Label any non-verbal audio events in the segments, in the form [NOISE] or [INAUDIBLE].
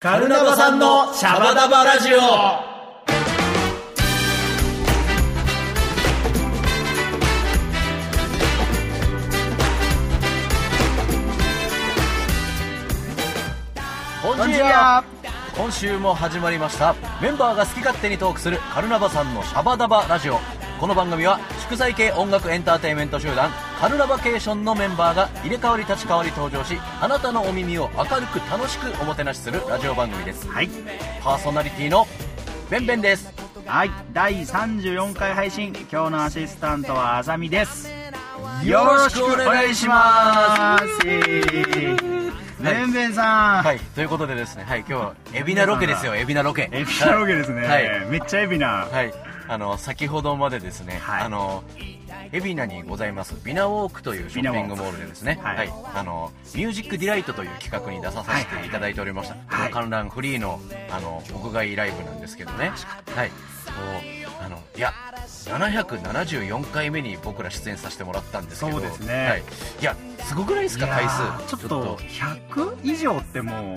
カルナバさんのシャバダバラジオこんにちは今週も始まりましたメンバーが好き勝手にトークするカルナバさんのシャバダバラジオこの番組は祝祭系音楽エンターテインメント集団カルナバケーションのメンバーが入れ替わり立ち替わり登場しあなたのお耳を明るく楽しくおもてなしするラジオ番組ですはい、パーソナリティのベンベンですはい、第34回配信今日のアシスタントはあざみですよろしくお願いしますべんべんさん、はいということでですねはい今日はエビナロケですよエビナロケエビナロケですね、はい、めっちゃエビなはい、あの先ほどまでですね、はいあの海老名にございますビナウォークというショッピングモールでですね、ビナウォはーいクあのミュージックディライトという企画に出させていただいておりました、はいはいこの観覧フリーのあの屋外ライブなんですけどね、はい、こうあのいや774回目に僕ら出演させてもらったんですけそどうですねはい、いやすごくないですかいや回数ーちょっと100以上ってもう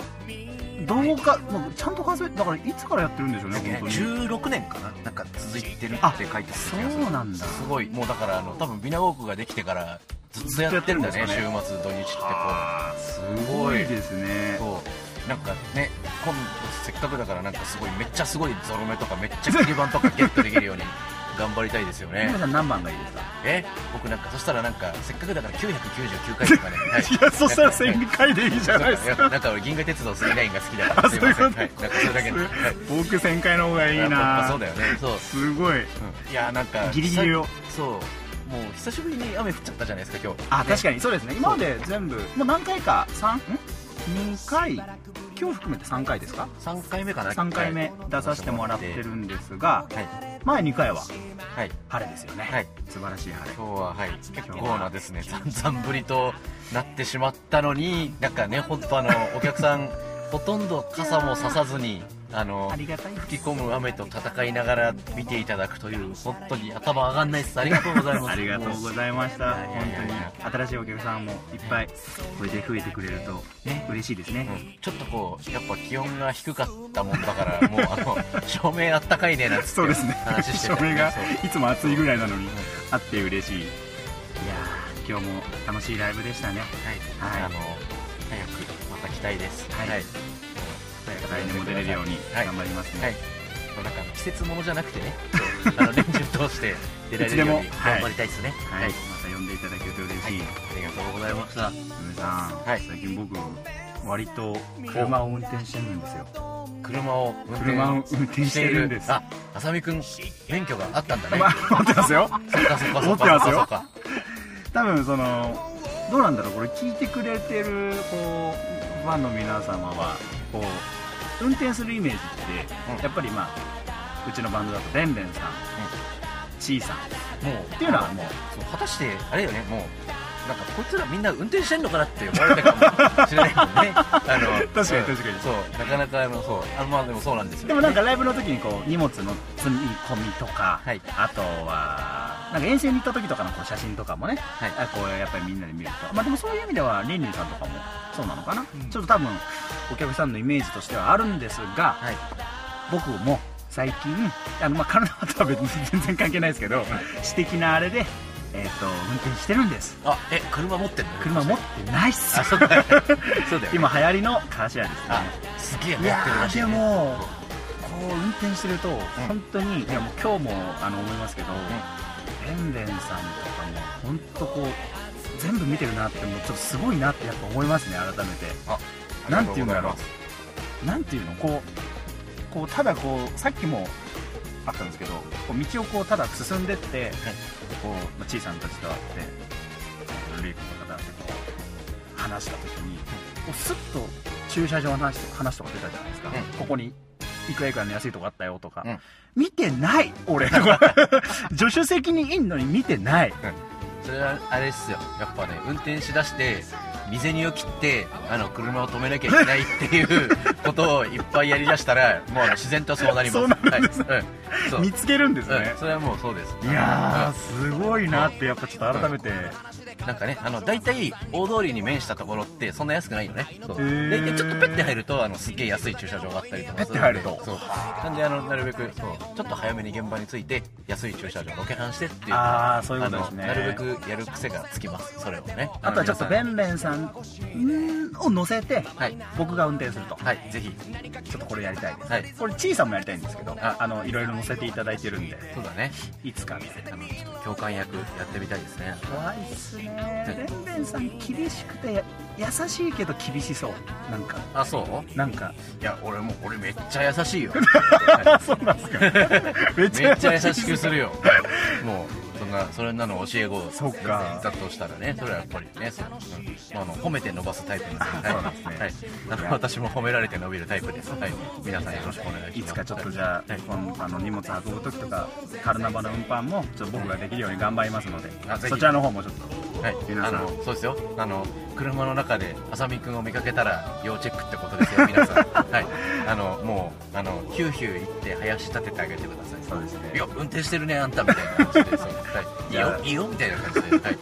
どうかもうちゃんと数えだからいつからやってるんでしょうね本当に16年かななんか続いてるってあ書いてた気がすそるうなんだすごいもうだからあの多分ビナウォークができてからずっとやってるんだねずっとやってるん週末土日ってこあーうすごいですねそうなんかね今度せっかくだからなんかすごいめっちゃすごいゾロ目とかめっちゃ切り板とかゲットできるように頑張りたいですよべん [LAUGHS] ねべんさん何番がいいですかえ僕なんかそしたらなんかせっかくだから999回と [LAUGHS] かね、はいやそしたら1000回でいいじゃないですそうかかなんか俺銀河鉄道999が好きだかあそらすいういまうせこん、とはい、なんかそれだけで、はい、僕1000回の方がいいやっぱなそうだよねそうすごいいやなんか [LAUGHS] ギリギリをそうもう久しぶりに雨降っちゃったじゃないですか今日あね確かにそうですね今まで全部もう何回か3ん2回今日含めて3回ですか三回目かな3回目出させてもらってるんですがはい前2回ははい晴れですよね、はい素晴らしい晴れ今日ははい結構なですね散々ぶりとなってしまったのになんかね本当あのお客さんほとんど傘もささずにあのありがたい吹き込む雨と戦いながら見ていただくという本当に頭上がんないですありがとうございま [LAUGHS] すありがとうございましたいや本いやいや当に新しいお客さんもいっぱいこれで増えてくれるとね嬉しいですね、うんちょっとこうやっぱ気温が低かったもん [LAUGHS] だからもうあの照明あったかいねなんつってそうですね話して照たよね明がそういつも暑いぐらいなのにあって嬉しいいやー今日も楽しいライブでしたねははい、いあの早くまた来たいですはい来年も出れるようにはい頑張りますね、はいなんかあの季節ものじゃなくてねあの年中通して出られるよういにつでもはい頑張りたいですねはい、また呼んでいただけると嬉はいしい、ありがとうございました梅さん、はい最近僕割と車を運転してるんですよ車を運転車を運転しているんですああさみくん免許があったんだね、まあ持ってますよそっかそっかそっ持ってかますよそっか多分そのどうなんだろうこれ聞いてくれてるこうファンの皆様はこう運転するイメージっうんてやっぱりまあうちのバンドだとベンベンさん、ちいさんもうっていうのはもうそう果たしてあれよねもうなんかこいつらみんな運転してんのかなって思われたかもしれないけどねあ [LAUGHS] の確かにうん確かにそうなかなかあのそうあのまあでもそうなんですよでもなんかライブの時にこう荷物の積み込みとか、はいあとはなんか遠征に行った時とかのこう写真とかもね、はいあこうやっぱりみんなで見ると、まあ、でもそういう意味ではリンリンさんとかもそうなのかな、うんちょっと多分お客さんのイメージとしてはあるんですがはい僕も最近あのまあ体とは別に全然関係ないですけど私的なあれで、えっと運転してるんですあえ車持ってんの車持ってないっすあそうだよねそうだよね今流行りのカーシェアですねあすげえ持っいてるやらーしいでねもこう運転してると本当に、いやもう今日もあの思いますけど、ベンベンさんとかも本当こう全部見てるなってもうちょっとすごいなってやっぱ思いますね改めてあなんていうんだろうなんていうのこうこうただこうさっきもあったんですけどこう道をこうただ進んでって、こう、まあ、ちいさんたちと会ってルイ君とかと会ってこう話した時に、こうスッと駐車場の話と話とか出たじゃないですか、うんここにいくらいくらの安いとこあったよとか、うん見てない俺助手席にいんのに見てないそれはあれっすよやっぱね運転しだして身銭を切ってあの車を止めなきゃいけないっていう [LAUGHS] ことをいっぱいやりだしたらもうあの自然とそうなりますそうなんですはいうんそう見つけるんですうねん、それはもうそうですいやーすごいなってやっぱちょっと改めてなんかね、あの、大体、大通りに面したところって、そんな安くないよね。そう。へー大体、ちょっとペッて入ると、あの、すっげえ安い駐車場があったりとかするんで。ペッて入るとそう。なんで、あの、なるべく、そう、ちょっと早めに現場に着いて、安い駐車場ロケハンしてっていう。あーそういうことですねあのなるべくやる癖がつきます、それをね。あとはちょっとあのベンベンさんを乗せて、はい僕が運転すると、皆さんはい、ぜひ。ちょっとこれやりたいです、はいこれちいさんもやりたいんですけどああのいろいろ乗せていただいてるんでそうだね。いつかねあの、ちょっと教官役やってみたいですね。怖いっすねベンベンさん厳しくて優しいけど厳しそうなんかあ、そうなんかいや、俺も、俺めっちゃ優し [LAUGHS] いよ。そうなん [LAUGHS] すかめっめっちゃ優しく [LAUGHS] するよもうそんなそれなの教え子そっかだとしたらねそれはやっぱりねそう、うんまあ、あの褒めて伸ばすタイプですあそうなんですねはい、あの私も褒められて伸びるタイプです、はい、皆さんよろしくお願いしますいつかちょっとじゃあ,、はいこのあの荷物運ぶ時とかカルナバの運搬もちょっと僕ができるように頑張りますのであぜひそちらの方もちょっとはい、皆さあんのそうですよあの車の中で浅見君を見かけたら要チェックってことです [LAUGHS] よ皆さんはいあのもうあのヒューヒュー行って林立ててあげてくださいそうですねいや運転してるねあんたみたいな感じでそう、はい、いいよいいよみたいな感じで、はい、 [LAUGHS] ぜ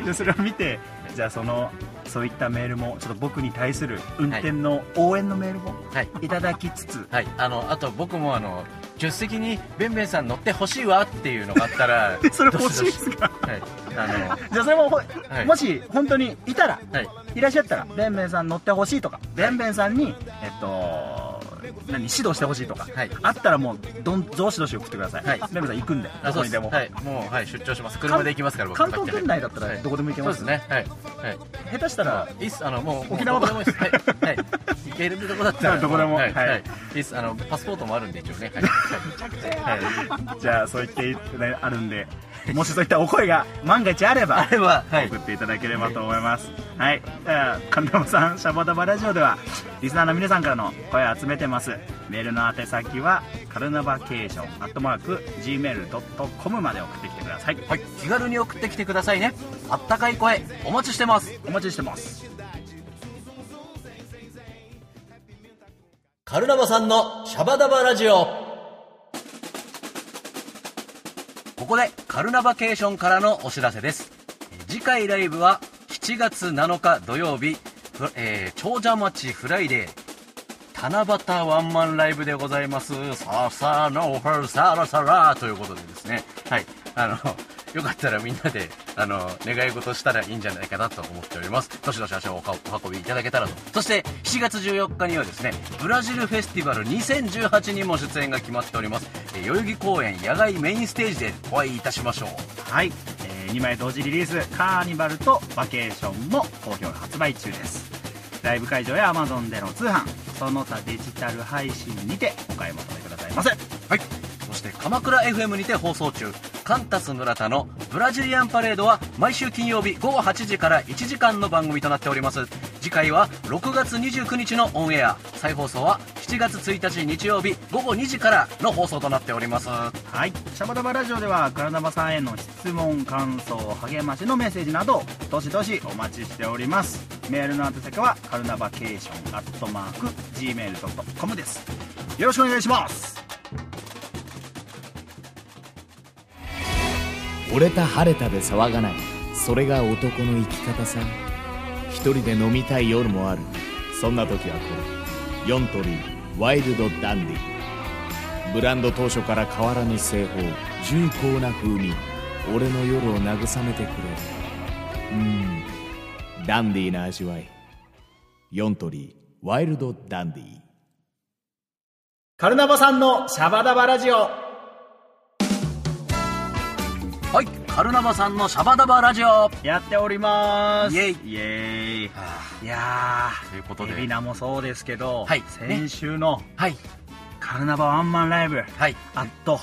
ひでそれを見てじゃあそのそういったメールもちょっと僕に対する運転の応援のメールもはいいただきつつ、はい、あのあと僕もあの助手席にベンベンさん乗ってほしいわっていうのがあっ [LAUGHS] たらそれ欲しいどでしすかどしはいあ [LAUGHS] じゃあそれもほ、いもし本当にいたら、のはいい、らっしゃったらベンベンさん乗ってほしいとかベンベンさんにえっと何指導してほしいとか、はいあったらもうどんどしどし送ってください、はいベンベンさん行くんであ [LAUGHS] どそうこにですでも、はいもうはい出張します車で行きますから僕関東圏内だったはらいどこでも行けそうまですすねはいはい下手したらいいっすあのもう沖縄とかもうどこでもいいっすはいはい行けるとこだったら [LAUGHS] どこでもはいはいはいいいっすあのパスポートもあるんで一応ねはい [LAUGHS] はいはいじゃあそう言ってあるんでもしそういったお声が万が一あればあればはい送っていただければと思いますはい、じゃあ神田さんシャバダバラジオではリスナーの皆さんからの声を集めてますメールの宛先はカルナバケーションアットマーク Gmail.com まで送ってきてくださいはい気軽に送ってきてくださいねあったかい声お待ちしてますお待ちしてますカルナバさんのシャバダバラジオここでカルナバケーションからのお知らせですえー次回ライブは7月7日土曜日、ふえー長者町フライデー七夕ワンマンライブでございますさあさあのファルサラサラということでですねはいあのよかったらみんなであの願い事したらいいんじゃないかなと思っておりますどしどし足をおかお運びいただけたらとそして7月14日にはですねブラジルフェスティバル2018にも出演が決まっておりますえー代々木公園野外メインステージでお会いいたしましょうはい、え2枚同時リリース「カーニバル」と「バケーション」も好評発売中ですライブ会場や Amazon での通販その他デジタル配信にてお買い求めくださいませはいそして鎌倉 FM にて放送中カンタス村田のブラジリアンパレードは毎週金曜日午後8時から1時間の番組となっております次回は6月29日のオンエア再放送は7月1日日曜日午後2時からの放送となっておりますはい、シャバダバラジオではラナバさんへの質問感想励ましのメッセージなどどしどしお待ちしておりますメールの宛先はカルナバケーションアットマーク Gmail.com ですよろしくお願いします俺た晴れたで騒がないそれが男の生き方さ一人で飲みたい夜もあるそんな時はこれ4トリーワイルドダンディブランド当初から変わらぬ製法重厚な風味俺の夜を慰めてくれるうんダンディーな味わい4トリーワイルドダンディーカルナバさんのシャバダバラジオはいカルナバさんのシャバダバラジオやっておりますイエイイエイいやというーことエビでナもそうですけど、はい先週のはいカルナバワンマンライブ、はいあと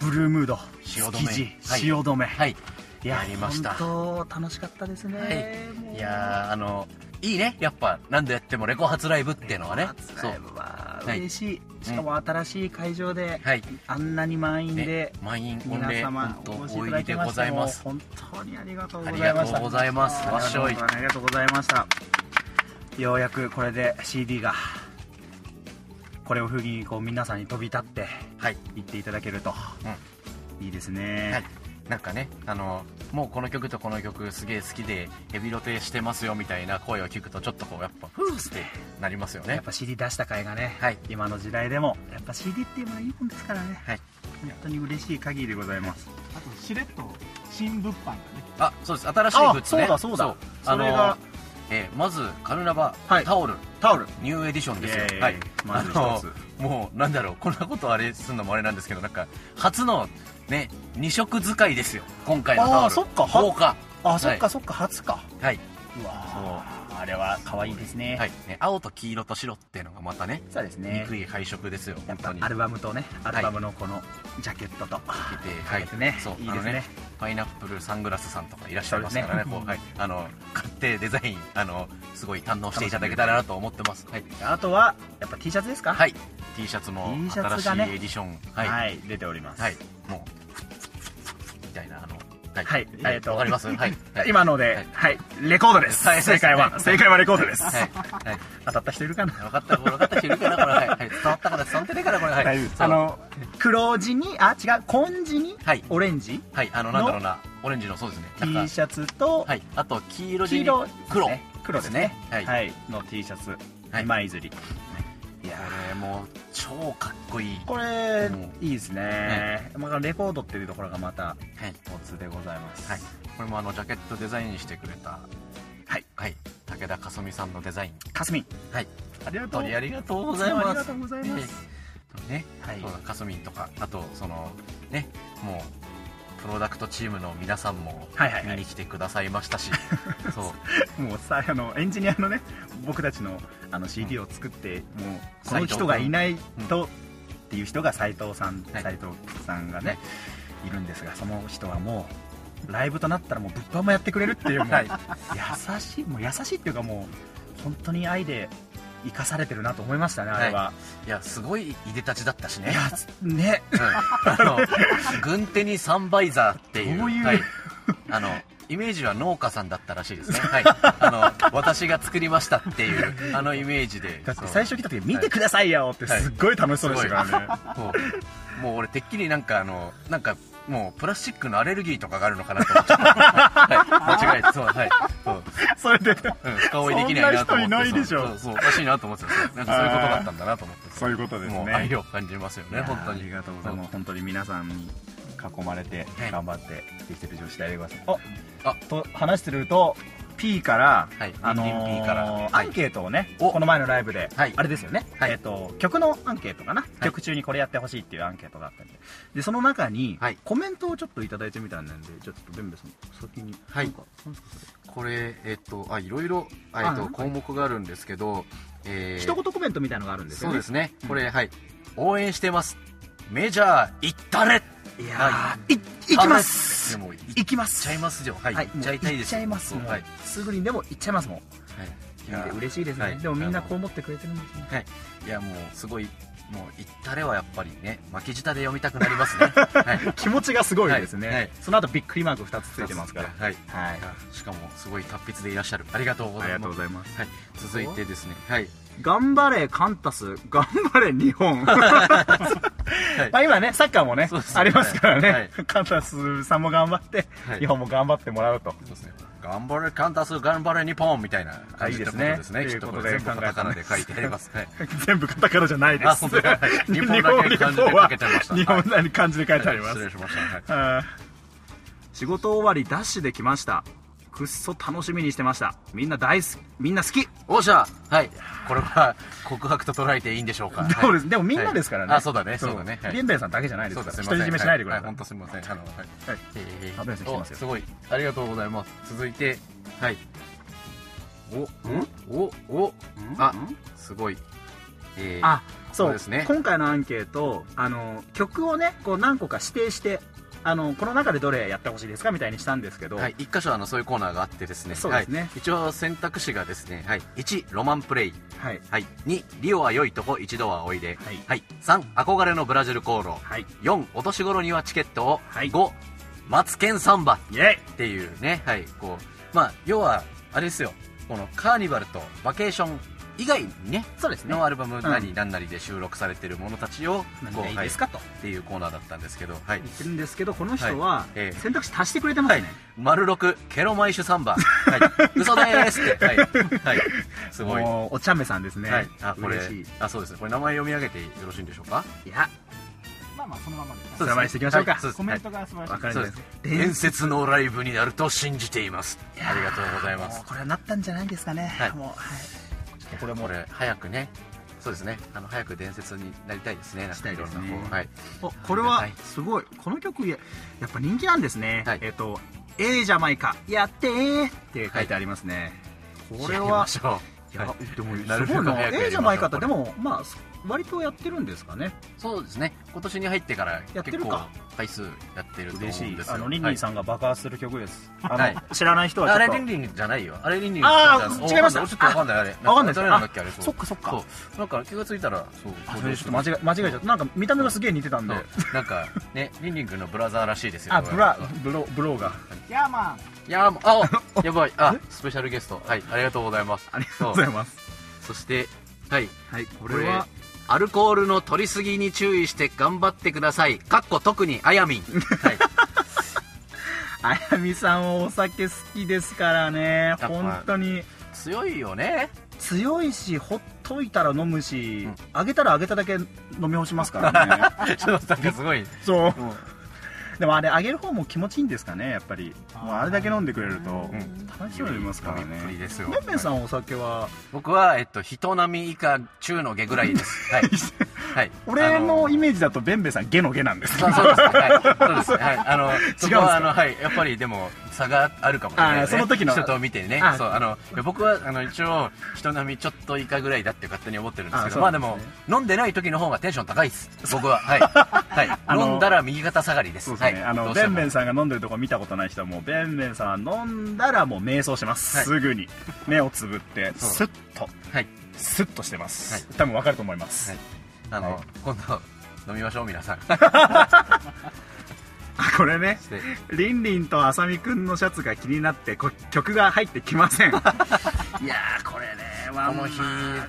ブルームード汐留築地はい汐留、はいいややりました本当楽しかったですね、はい、いやーあのいいねやっぱ何度やってもレコ発ライブっていうのはね初ライブはそう嬉しい、しかも新しい会場で、はいあんなに満員で、ね、満員御皆礼様本当お越し大いたいだにきでまごしてざいますもう本当にありがとうごあざりいがましとたうございますわっしょいありがとうございましたようやくこれで CD がこれを不にこう皆さんに飛び立ってはい行っていただけると、いいですね、はい、なんかねあのもうこの曲とこの曲すげえ好きでヘビロテしてますよみたいな声を聞くとちょっとこうやっぱフースってなりますよやねっぱ CD 出した回がね、はい今の時代でもやっぱ CD っていうのはいいもんですからねはい本当に嬉しい限りでございますあとしれっと新物販がねあそうです新しいグッズねあそうだそうだあそれがの、えーまずカルナバ、はいタオルタオルニューエディションですイエーよイはいまず一つあのもうなんだろうこんなことあれすんのもあれなんですけどなんか初のね2色使いですよ今回のタオルあーそっかは豪華あそっかそっか初かはい、うわあれは可愛いですねはいね、青と黄色と白っていうのがまたねそうですね憎い配色ですよや本っ当ぱにアルバムとねアルバムのこのジャケットと、でいですねそういいあでのすねねパイナップルサングラスさんとかいらっしゃいますからねそうですねこうはい、あの買ってデザインあのすごい堪能していただけたらなと思ってます、はいあとはやっぱ T シャツですか、はいい、T シャツも T シャ新ツしがねいエディション、ははいい出ておりますはい、もうみたいなあのはいはいはい、えーとわかり [LAUGHS] ますはい、はい、今ので、はいはい、レコードです。はい正解は、はい正解はレコードです。はい、はい、当たった人いるかな分かった分かった人いるかなこれ、はいはい、伝わったかな伝わってないかなこれはい大丈夫ですそうあの黒地にあ違う紺地にはいオレンジはいあのなんだろうなオレンジのそうですねなんか T シャツとはいあと黄色地黄に色黒ですね黒ですねはいはいの T シャツはい2枚ずりいやーもう超かっこいいこれうんいいですねまあレコードっていうところがまたはいコツでございますはい、これもあのジャケットデザインしてくれたはい、はい、武田かすみさんのデザインかすみはいありがとう本当にありがとうございますありがとうございますええね、はいそうだかすみんとかあとそのねもうプロダクトチームの皆さんもはいはいは見いに来てくださいましたし、そうもうさあのエンジニアのね僕たちのあの CD を作って、もうこの人がいないと、っていう人が斎藤さんはい斎、藤さんがね、、はいるんですがその人はもうライブとなったらもう物販もやってくれるっていうもう、はい優しいもう優しいっていうかもう本当に愛で生かされてるなと思いましたねあれは、いやすごいいでたちだったしねい、やねうんあの軍手にサンバイザーっていうどういうはい、あのイメージは農家さんだったらしいですね、はい、あの私が作りましたっていうあのイメージでだってそう最初来た時「見てくださいよ」ってはいすっごい楽しそうでしたからね、こうもう俺てっきりなんかあのなんかもうプラスチックのアレルギーとかがあるのかなと思っちゃった、はい、間違えてそうはいそう、 [LAUGHS] それでうん、深追いできないなと思ってそんな人いないでしょそうそうそうおかしいなと思ってたそうなんかそういうことだったんだなと思ってそういうことですねもう愛を感じますよね本当にありがとうございます本当に皆さんに囲まれてはい頑張ってできてる女子でありますあと話してると P から、はいあのー P からはいアンケートをねおこの前のライブで、はいあれですよね、はいえっと曲のアンケートかな、い曲中にこれやってほしいっていうアンケートがあったんででその中に、はいコメントをちょっといただいてみたんでじゃあちょっとベンベさん先にはいなんかなんですかそれこれえっとあいろいろああえっなとんか項目があるんですけど、えー一言コメントみたいのがあるんですそようねですねこれ、はい応援してますメジャー行ったれいはやーい行きまですも行っ行きまちすゃいますよはい、はい、行っちゃいたいもうです行っちゃいますそうもう、はいすぐにでも行っちゃいますもんはいいや嬉しいですね、はいでもみんなこう思ってくれてるんですねいやもうすごいもう「いったれ」はやっぱりね巻き舌で読みたくな [LAUGHS] りますねはい気持ちがすごいですね、はいはいその後びっくりマーク2つついてますからはいはいしかもすごい達筆でいらっしゃるありがとうございますざいますはい、続いてですねはい頑張れカンタス [LAUGHS] 頑張れ日本まあ今ねサッカーもねそうですねありますからね、はいカンタスさんも頑張って、はい日本も頑張ってもらうとそうですね頑張れカンタス頑張れ日本みたいな感じってことですねいいですねきっととこいれう全こ部とでカタカナで書いてありますね全部カタカナじゃないであすそうですねはい日本だけ漢字で書けちゃいました日本なり漢字で書いてあります、失礼しましたはいあー仕事終わりダッシュで来ましたくっそ楽しみにしてましたみんな大好きみんな好きおっしゃはいこれは告白と捉えていいんでしょ [LAUGHS] うかはいそうですでもみんなですからね、はいあそうだねそうだねはいリンダイさんだけじゃないですそうかでらす独り占めしないでください、本当すみませんあのはいはいえあベンさん来てますよおすごいありがとうございます続いてはいおおおあすごいえーあそうそうですね今回のアンケートあの曲をねこう何個か指定してあのこの中でどれやってほしいですかみたいにしたんですけど、はい、一箇所あのそういうコーナーがあってですねそうですねはい、一応選択肢がですね、はい、1ロマンプレイ、はいはい、2リオは良いとこ一度はおいで、はい3憧れのブラジル航路、はい4お年頃にはチケットを、はい5マツケンサンバイエイっていうね、はい、こう、まあ、要は、あれですよ、このカーニバルとバケーション以外にねそうですねのアルバムんなりなんなりで収録されてるものたちを何こうがいいはいでっすかとていうコーナーだったんですけどは言いってるんですけどこの人はええ選択肢足してくれてますね、丸六ケロマイシュサンバ [LAUGHS] はい嘘でーすってはいはいすごいはもうお茶目さんですね、いあこれ嬉しいあそうですねこれ名前読み上げてよろしいんでしょうかいやまあまあそのままでそうですね名前していきましょうかはいそうですコメントが素晴らしいわかりそうまですす伝伝説のライブになると信じていますありがとうございますもうこれはなったんじゃないですかね、はいもうはいこれも早くねそうですねあの早く伝説になりたいですねなんかしたいですねろんなこうはいおこれははいすごいこの曲ややっぱ人気なんですね、はいえっ、と「ええじゃないかやってー」って書いてありますね、これやりまはしょいうはやいでもすなるべごいくな早くやりましょうええじゃないかってこでれもまあそ割とやってるんですかねそうですね今年に入ってからやって結る構か回数やってると思うんですよんが爆発する曲です、はいあの知らない人はいあはちょれっとリンリンじゃないよあれリンリンあーじゃない違いましたおちょっとわかんないあれわかんないです誰なんだっけあれそっかそっかそうなんか気がついたらそうあそうそれちょっと間違え間違えちゃったなんか見た目がすげえ似てたんでそうなんかねリンリン君のブラザーらしいですよあブラブロブローがヤーマンいやーもうあ [LAUGHS] おやばいあスペシャルゲストはいありがとうございますありがとうございますそしてはいはいここれれはアルコールの取りすぎに注意して頑張ってくださいかっこ特にあや [LAUGHS] みん、はい、あやみさんはお酒好きですからねぱ本当に強いよね強いしほっといたら飲むし、うんあげたらあげただけ飲み干しますから [LAUGHS] ねちょっとなんかすごいそうでもあれあげる方も気持ちいいんですかねやっぱりもうあれだけ飲んでくれるとん楽しみになりますからね飲みっぷりですよめんめんさんはお酒は僕は、えっと、人並み以下中の下ぐらいです [LAUGHS] はい、はい、俺のあイメージだとべんべんさんゲのゲなんですそうそうですねはいそうですねはいあのそこ [LAUGHS] 違うんですかはあのはいやっぱりでも差があるかもしれない、あね、ーその時の人と見てねあーそうあのいや僕はあの一応人並みちょっと以下ぐらいだって勝手に思ってるんですけどあーまあそでうなんもですね飲んでない時の方がテンション高いです僕 [LAUGHS] ははい、はいあの飲んだら右肩下がりですそうですね、はいあどのうしてべもんべんさんが飲んでるとこ見たことない人はもうべんべんさんは飲んだらもう迷走してます、はいすぐに目をつぶってそうスッとはいスッとしてます、は多分わかると思います、はいあの、はい今度飲みましょう皆さ [LAUGHS] んあこれねしてリンリンとあさみくんのシャツが気になってこ曲が入ってきま [LAUGHS] せんいやーこれねワこンマのン日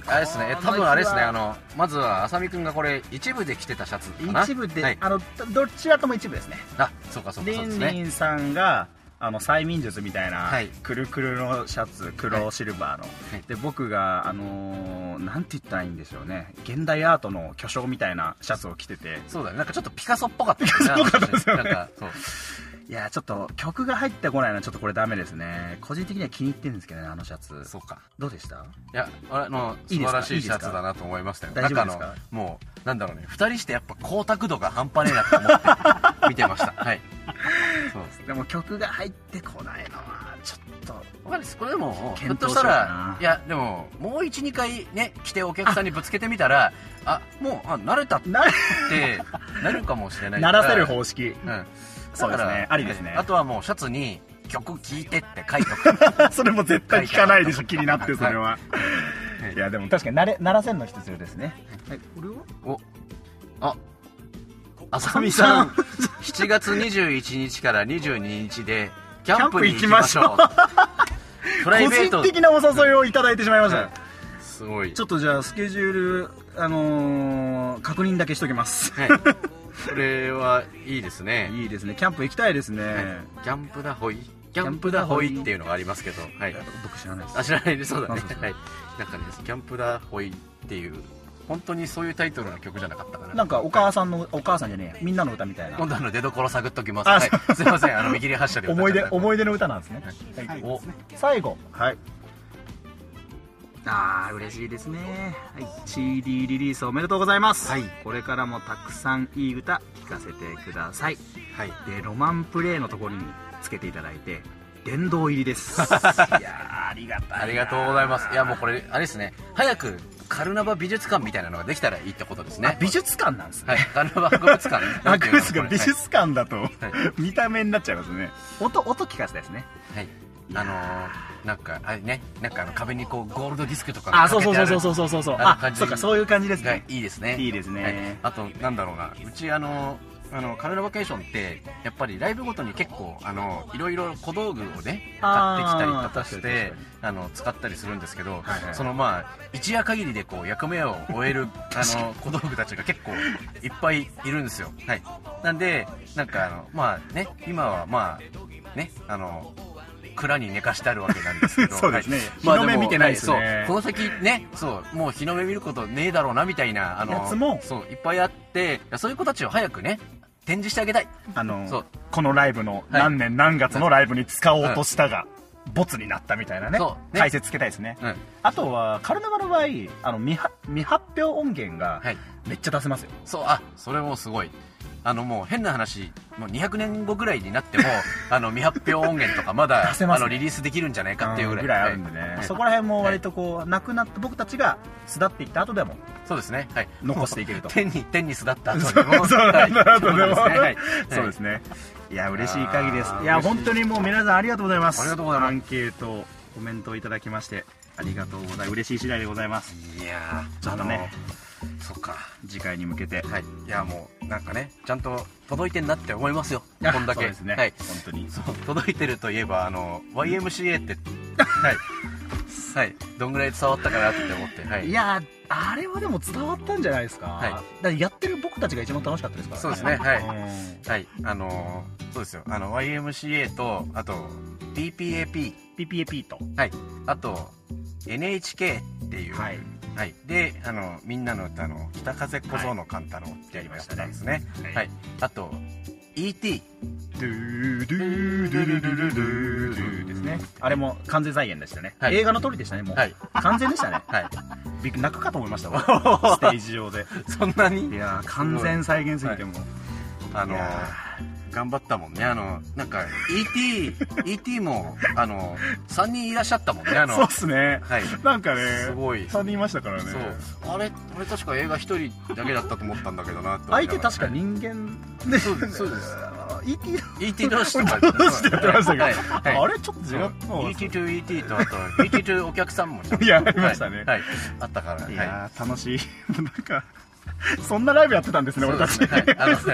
あれですね多分あれですねあのまずはあさみくんがこれ一部で着てたシャツかな一部で、はい、あのどっちらとも一部ですねあそうかそうかリそうンですリねンさんがあの催眠術みたいな、はいくるくるのシャツ黒シルバーの、はいで僕があのーなんて言ったらいいんでしょうね現代アートの巨匠みたいなシャツを着ててそうだねなんかちょっとピカソっぽかったピカソっぽかったですよ、ね、なんかそういやーちょっと曲が入ってこないのはちょっとこれダメですね個人的には気に入ってるんですけどねあのシャツそうかどうでしたいやあのい素いですか晴らしいシャツだなと思いましたいよいですか中の大丈夫ですもうなんだろうね二人してやっぱ光沢度が半端ねえなと思って見て [LAUGHS] ましたはいそうでも曲が入ってこないのはちょっとわかんないですこれでもひょ検っと討ししよたうからないやでももう12回ね来てお客さんにぶつけてみたらあもうあ慣れたってな [LAUGHS] なるかもしれない鳴かららせる方式うんそうですねだからありですねあとはもうシャツに曲聴いてって書いてお [LAUGHS] くそれも絶対聞かないでしょ気になってそれは、はいい、やでも確かになれ鳴らせるの必要ですね、はい、これはおああさみさん7月21日から22日でキャンプに行きましょうプライ個ベー人ト的なお誘いをいただいてしまいました、うんすごいちょっとじゃあスケジュール、あのー確認だけしときますはい、これはいいですねいいですねキャンプ行きたいですね、はいキャンプだほいキャンプだほいっていうのがありますけど、はい、僕知らないですあ知らないでそうだねそうそうそうはいなんかねキャンプだほいっていう本当にそういうタイトルの曲じゃなかったかななんかお母さんのお母さんじゃねえやみんなの歌みたいな今度あの出所探っときます、あはい、すいませんあの見切り発車で思い出い思い出の歌なんですね、はいお最後はいああ嬉しいですね、はい、CD リリースおめでとうございます、はいこれからもたくさんいい歌聴かせてくださいはいでロマンプレイのところにつけていただいて殿堂入りです [LAUGHS] いやーありがたいなありがとうございますいやもうこれあれですね早くカルナバ美術館みたいなのができたらいいってことですねあ美術館なんですね [LAUGHS] はいカルナバ博物館博物館はい美術館だと、見た目になっちゃいますね音音聞かせたいですねはいあのー、なんかあれねなんかあの壁にこうゴールドディスクとかあそうそうそうかけてそうるそうそうそうそうあのあ感じそうかそういう感じですがねいいですねいいですねはいあとなんだろうなうちあのあのカルナバケーションってやっぱりライブごとに結構あのいろいろ小道具をね買ってきたりとかしあー確かにて確あの使ったりするんですけど、はいはいそのまあ一夜限りでこう役目を終えるあの小道具たちが結構いっぱいいるんですよ、はい、なんでなんかあのまあね今はまあねあの蔵に寝かしてあるわけなんですけど [LAUGHS] そうですねはい日の目見てないですねそうこの先ねそうもう日の目見ることねえだろうなみたいなあのやつもそういっぱいあっていやそういう子たちを早くね展示してあげたいあのそうこのライブの何年何月のライブに使おうとしたが、ボツになったみたいなねそうね解説つけたいですね、うんあとはカルナバの場合あの未発未発表音源がはいめっちゃ出せますよ、そうあそれもすごいあのもう変な話もう200年後ぐらいにな [LAUGHS] ってもあの未発表音源とかまだ出せますねあのリリースできるんじゃないかっていうぐらいあるんでね、はいそこら辺も割とこうなくなった僕たちが巣立っていった後でもそうですねはい残していける [LAUGHS] と天に天に巣立った後でも [LAUGHS] そうはいなるほどそうですねはいそうですすねいや嬉しい限りですあーいや嬉しい本当にもう皆さんありがとうございますありがとうございまアすンケートコメントをいただきましてありがとうございます嬉しい次第でございますいやーちょっとねあのそっか次回に向けてはいいやもうなんかねちゃんと届いてんなって思いますよこんだけそうですね、はい本当にそう届いてるといえばあの YMCA って [LAUGHS] はい、はい、どんぐらい伝わったかなって思ってはいいやーあれはでも伝わったんじゃないですか,、はいだからやってる僕たちが一番楽しかったですから、そうですねはいうんはいあのーそうですよあの YMCA とあと PPAP PPAP とはいあと NHK っていうはい、はいであのみんなの歌の北風小僧のカンタロウってやりましたですねはいはいあと ET ドゥドゥドゥドゥドゥドゥドゥですねあれも完全再現でしたね、はい映画の通りでしたねもう、はい完全でしたね [LAUGHS] はい [LAUGHS] びっくり泣くかと思いましたわステージ上でそんなにいやー完全再現すぎても、あのいや頑張ったもんねあのなんか ET [LAUGHS] ET もあの3人いらっしゃったもんねあのそうっすねはいなんかねすごい3人いましたからねそうあれ俺確か映画一人だけだったと思ったんだけどな相手確かに人間でそうですそうです ET だ ET 同士とか同士でやってましたけど、はいはいあれちょっとそ違うったわ ET to ET とあと ET to お客さんもちゃん [LAUGHS] といやありましたねはいはいあったからいはやー楽しい [LAUGHS] なんかそんなライブやってたんですいねそう俺たですち、ねはいあのす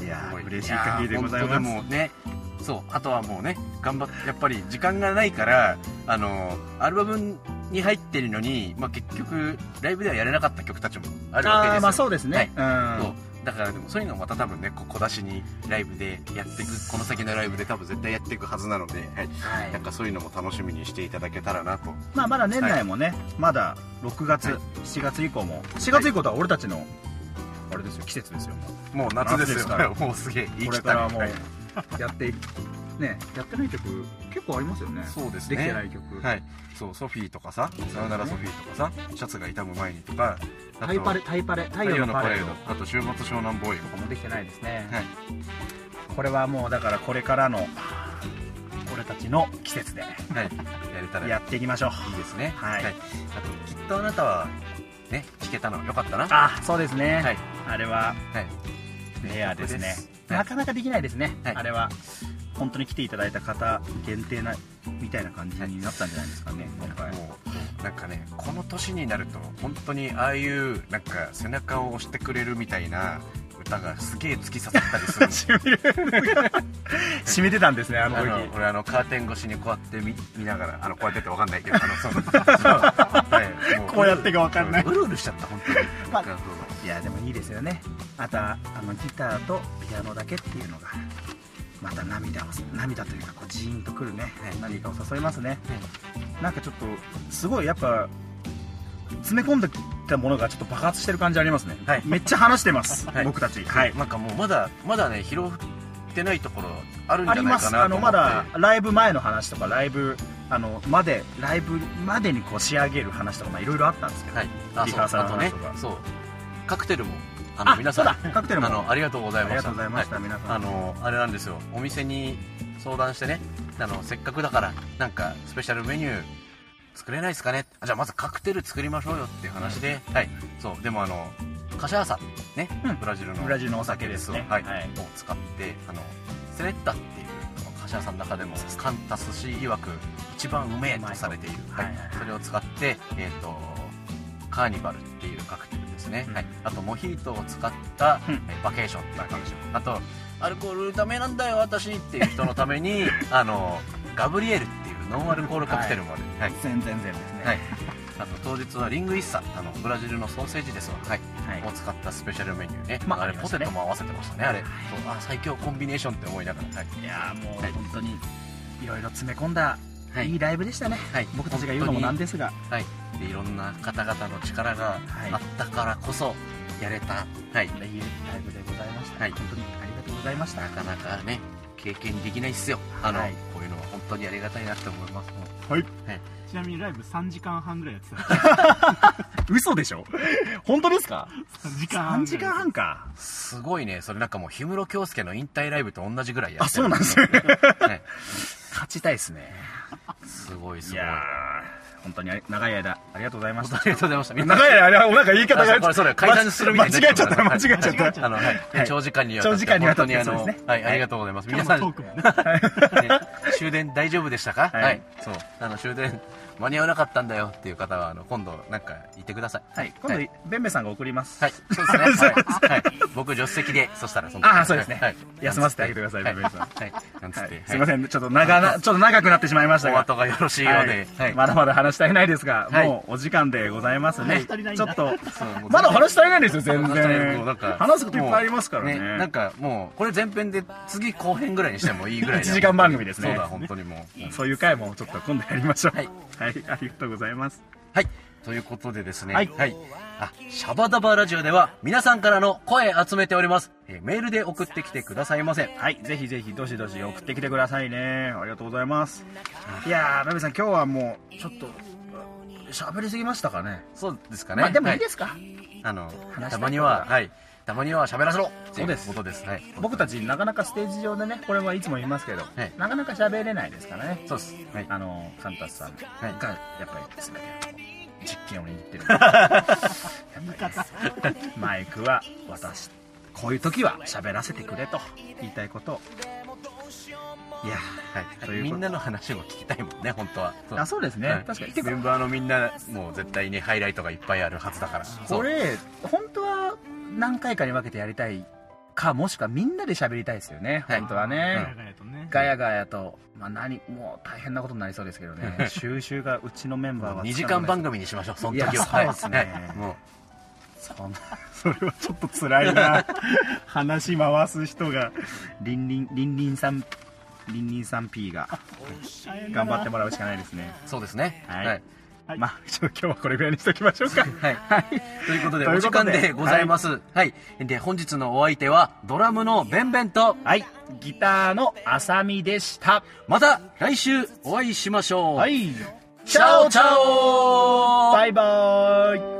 いやごー嬉しい限りでございやーます本当でもねそうあとはもうね頑張ってやっぱり時間がないからあのアルバムに入ってるのに、まあ、結局ライブではやれなかった曲たちもあるわけですあよーまあそうですね、うんそうだからでもそういうのをまた多分ねこ小出しにライブでやっていくこの先のライブで多分絶対やっていくはずなので、はいはいなんかそういうのも楽しみにしていただけたらなとまあまだ年内もね、まだ6月、はい7月以降も4月以降とは俺たちの、あれですよ季節ですよもう夏です夏よですから [LAUGHS] もうすげえ言いこ切れかったらみもたいなうやっていねやってない曲結構ありますよねそうですねできてない曲、はいそうソフィーとかさ「さよならソフィー」とかさ「シャツが傷む前に」とかあとタイパレ、タイパレ、太太陽陽ののパパレレーードド。」あと「週末湘南ボーイ」ここもできてないですね、はいこれはもうだからこれからの俺たちの季節ではい、やれたらやっていきましょういいですねはいあときっとあなたはね弾けたのよかったなはあそうですね、いはいあれはレアですねはいなかなかできないですね、はいあれは本当に来ていただいた方限定なみたいな感じになったんじゃないですかね、今回もうなんかねこの年になると本当にああいうなんか背中を押してくれるみたいな歌がすげえ突き刺さったりするんですよ締めてたんですねあのあ時の俺あのカーテン越しにこうやって見見ながらあのこうやってって分かんないけどあの [LAUGHS] そうそう、はい、もこうやってがわかんないうるうるしちゃった本当に、まあなんかそういやでもいいですよねあとはあのギターとピアノだけっていうのがまた涙を涙というかこうジーンとくるね、何かを誘いますね、なんかちょっとすごいやっぱ詰め込んできたものがちょっと爆発してる感じありますね、はいめっちゃ話してます、 [LAUGHS] はい僕たちはい、なんかもうまだまだね拾ってないところあるんじあゃりないまかすなあとの思っまてだライブ前の話とかライブあのまでライブまでにこう仕上げる話とかまあいろいろあったんですけど、はい、あリそうハーサルあのと話ねとかそうカクテルもあのあ皆さんそうだカクテルもあのありがとうございましたありがとうございました皆さんあのあれなんですよお店に相談してねあのせっかくだからなんかスペシャルメニュー作れないですかねあじゃあまずカクテル作りましょうよっていう話で、はいそうでもあのカシャーサね、うんブラジルのブラジルのお酒ですねはいはいを使ってあのセレッタっていうあのカシャーサの中でもカンタス氏曰く一番うめえとされている、ははいい、それを使ってえっ、とカーニバルっていうカクテルですですね、うんはい、あとモヒートを使った、うんえーバケーションっていう感じあとアルコールダメなんだよ私っていう人のために [LAUGHS] あのガブリエルっていうノンアルコールカクテルもある、はい全然全ですねはい、あと当日はリングイッサあのブラジルのソーセージですわ、はいはいを使ったスペシャルメニューね、まああれありまポしたテねトも合わせてましたねあれ、そうあ最強コンビネーションって思いながら、はいいやーもうはい本当にいろいろ詰め込んだはいいいライブでしたねはい僕たちが言うのもなんですがはい、でいろんな方々の力がはいあったからこそやれた、はい、いいライブでございました、はい本当にありがとうございましたなかなかね経験できないっすよあの、はいこういうのは本当にありがたいなって思いますちなみにライブ3時間半ぐらいやってた。 [LAUGHS] 嘘でしょ本当ですか3時間半3ぐ時らい間半かすごいねそれなんかもう氷室京介の引退ライブと同じぐらいやってあそうなんですねはい、勝ちたいですねすごいすいごいやー本当にあり長い間ありがとうございまし本当にたありがとうございましたみんな長い間あれはなんか言い方あがこれそうだよ解散するみたいにな間違えちゃった間は違いえちゃっ間た、違えちゃったあの、はい、はい長時間にわ長時間にわたって本当にあその、うですねはい、はいありがとうございます。今皆日さのん、トークもね。ね終電大丈夫でしたか、は、はいいそう。あの、終電間に合わなかったんだよっていう方は、あの、今度、なんか、言ってください。はい、今度、はい、ベンベさんが送ります。はいそうですね。はい。はい、僕、助手席で、そしたら、その時ああ、そうですね。休ませてあげてください、はベンベい。は。さん。はいなんつって、い、すいまん。せん、ちょっと長な、ちょっと長くなってしまいましたおが。後がよろしいよはうでい、まだまだ話したいないですが、はいもうお時間でございます話ね。し足りないんちょだっと、そうもう全然まだ話したいないですよ、全話したいこと然なんか。話すこといっぱいありますからね。なんかもうこれ前編で次後編ぐらいにしてもいいぐらいだ一時間番組ですねそうだ本当にもうそういう回もちょっと今度やりましょう。ははいい、 [LAUGHS] ありがとうございます。はい。ということでですね。ははいい。あ、シャバダバラジオでは皆さんからの声集めております。えーメールで送ってきてくださいませ。はい、ぜひぜひどしどし送ってきてくださいね。ありがとうございます。いやー、ベンベさん、今日はもう、ちょっと、喋りすぎましたかね。そうですかね。。まあ、でもいいですすか、あの、話したいことがたまには、はい。たまには喋らせろってそいうですことです。はい。僕たちなかなかステージ上でねこれはいつも言いますけど、いなかなか喋れないですからねそうです。はい。あのサンタスさんがいやっぱり全て実験を握ってる言い方。マイクは私こういう時は喋らせてくれと言いたいことをいやはいとはい、いうことみんなの話も聞きたいもんね、本当は。あそうですねはい確かにメンバーのみんな、もう絶対にハイライトがいっぱいあるはずだから。これ本当は何回かに分けてやりたいかもしくはみんなで喋りたいですよね、はい本当はね、ガヤガヤとね。ガヤガヤと、まあ、何もう大変なことになりそうですけど [LAUGHS] ね収集がうちのメンバーは2時間番組にしましょう、その時いは。やそうですねはいもうそんな [LAUGHS] それはちょっと辛いな話回す人がりんりんりんりんさんりんりんさん P が頑張ってもらうしかないですねそうですね。はいはいはいまあちょっと今日はこれぐらいにしておきましょうかはい。ということで、といおう時こと間ででございます。はい、で、本日のお相手は、ドラムのベンベンと、はいギターのあさみでしたまた来週お会いしましょう。はいチャオチャオバイバーイ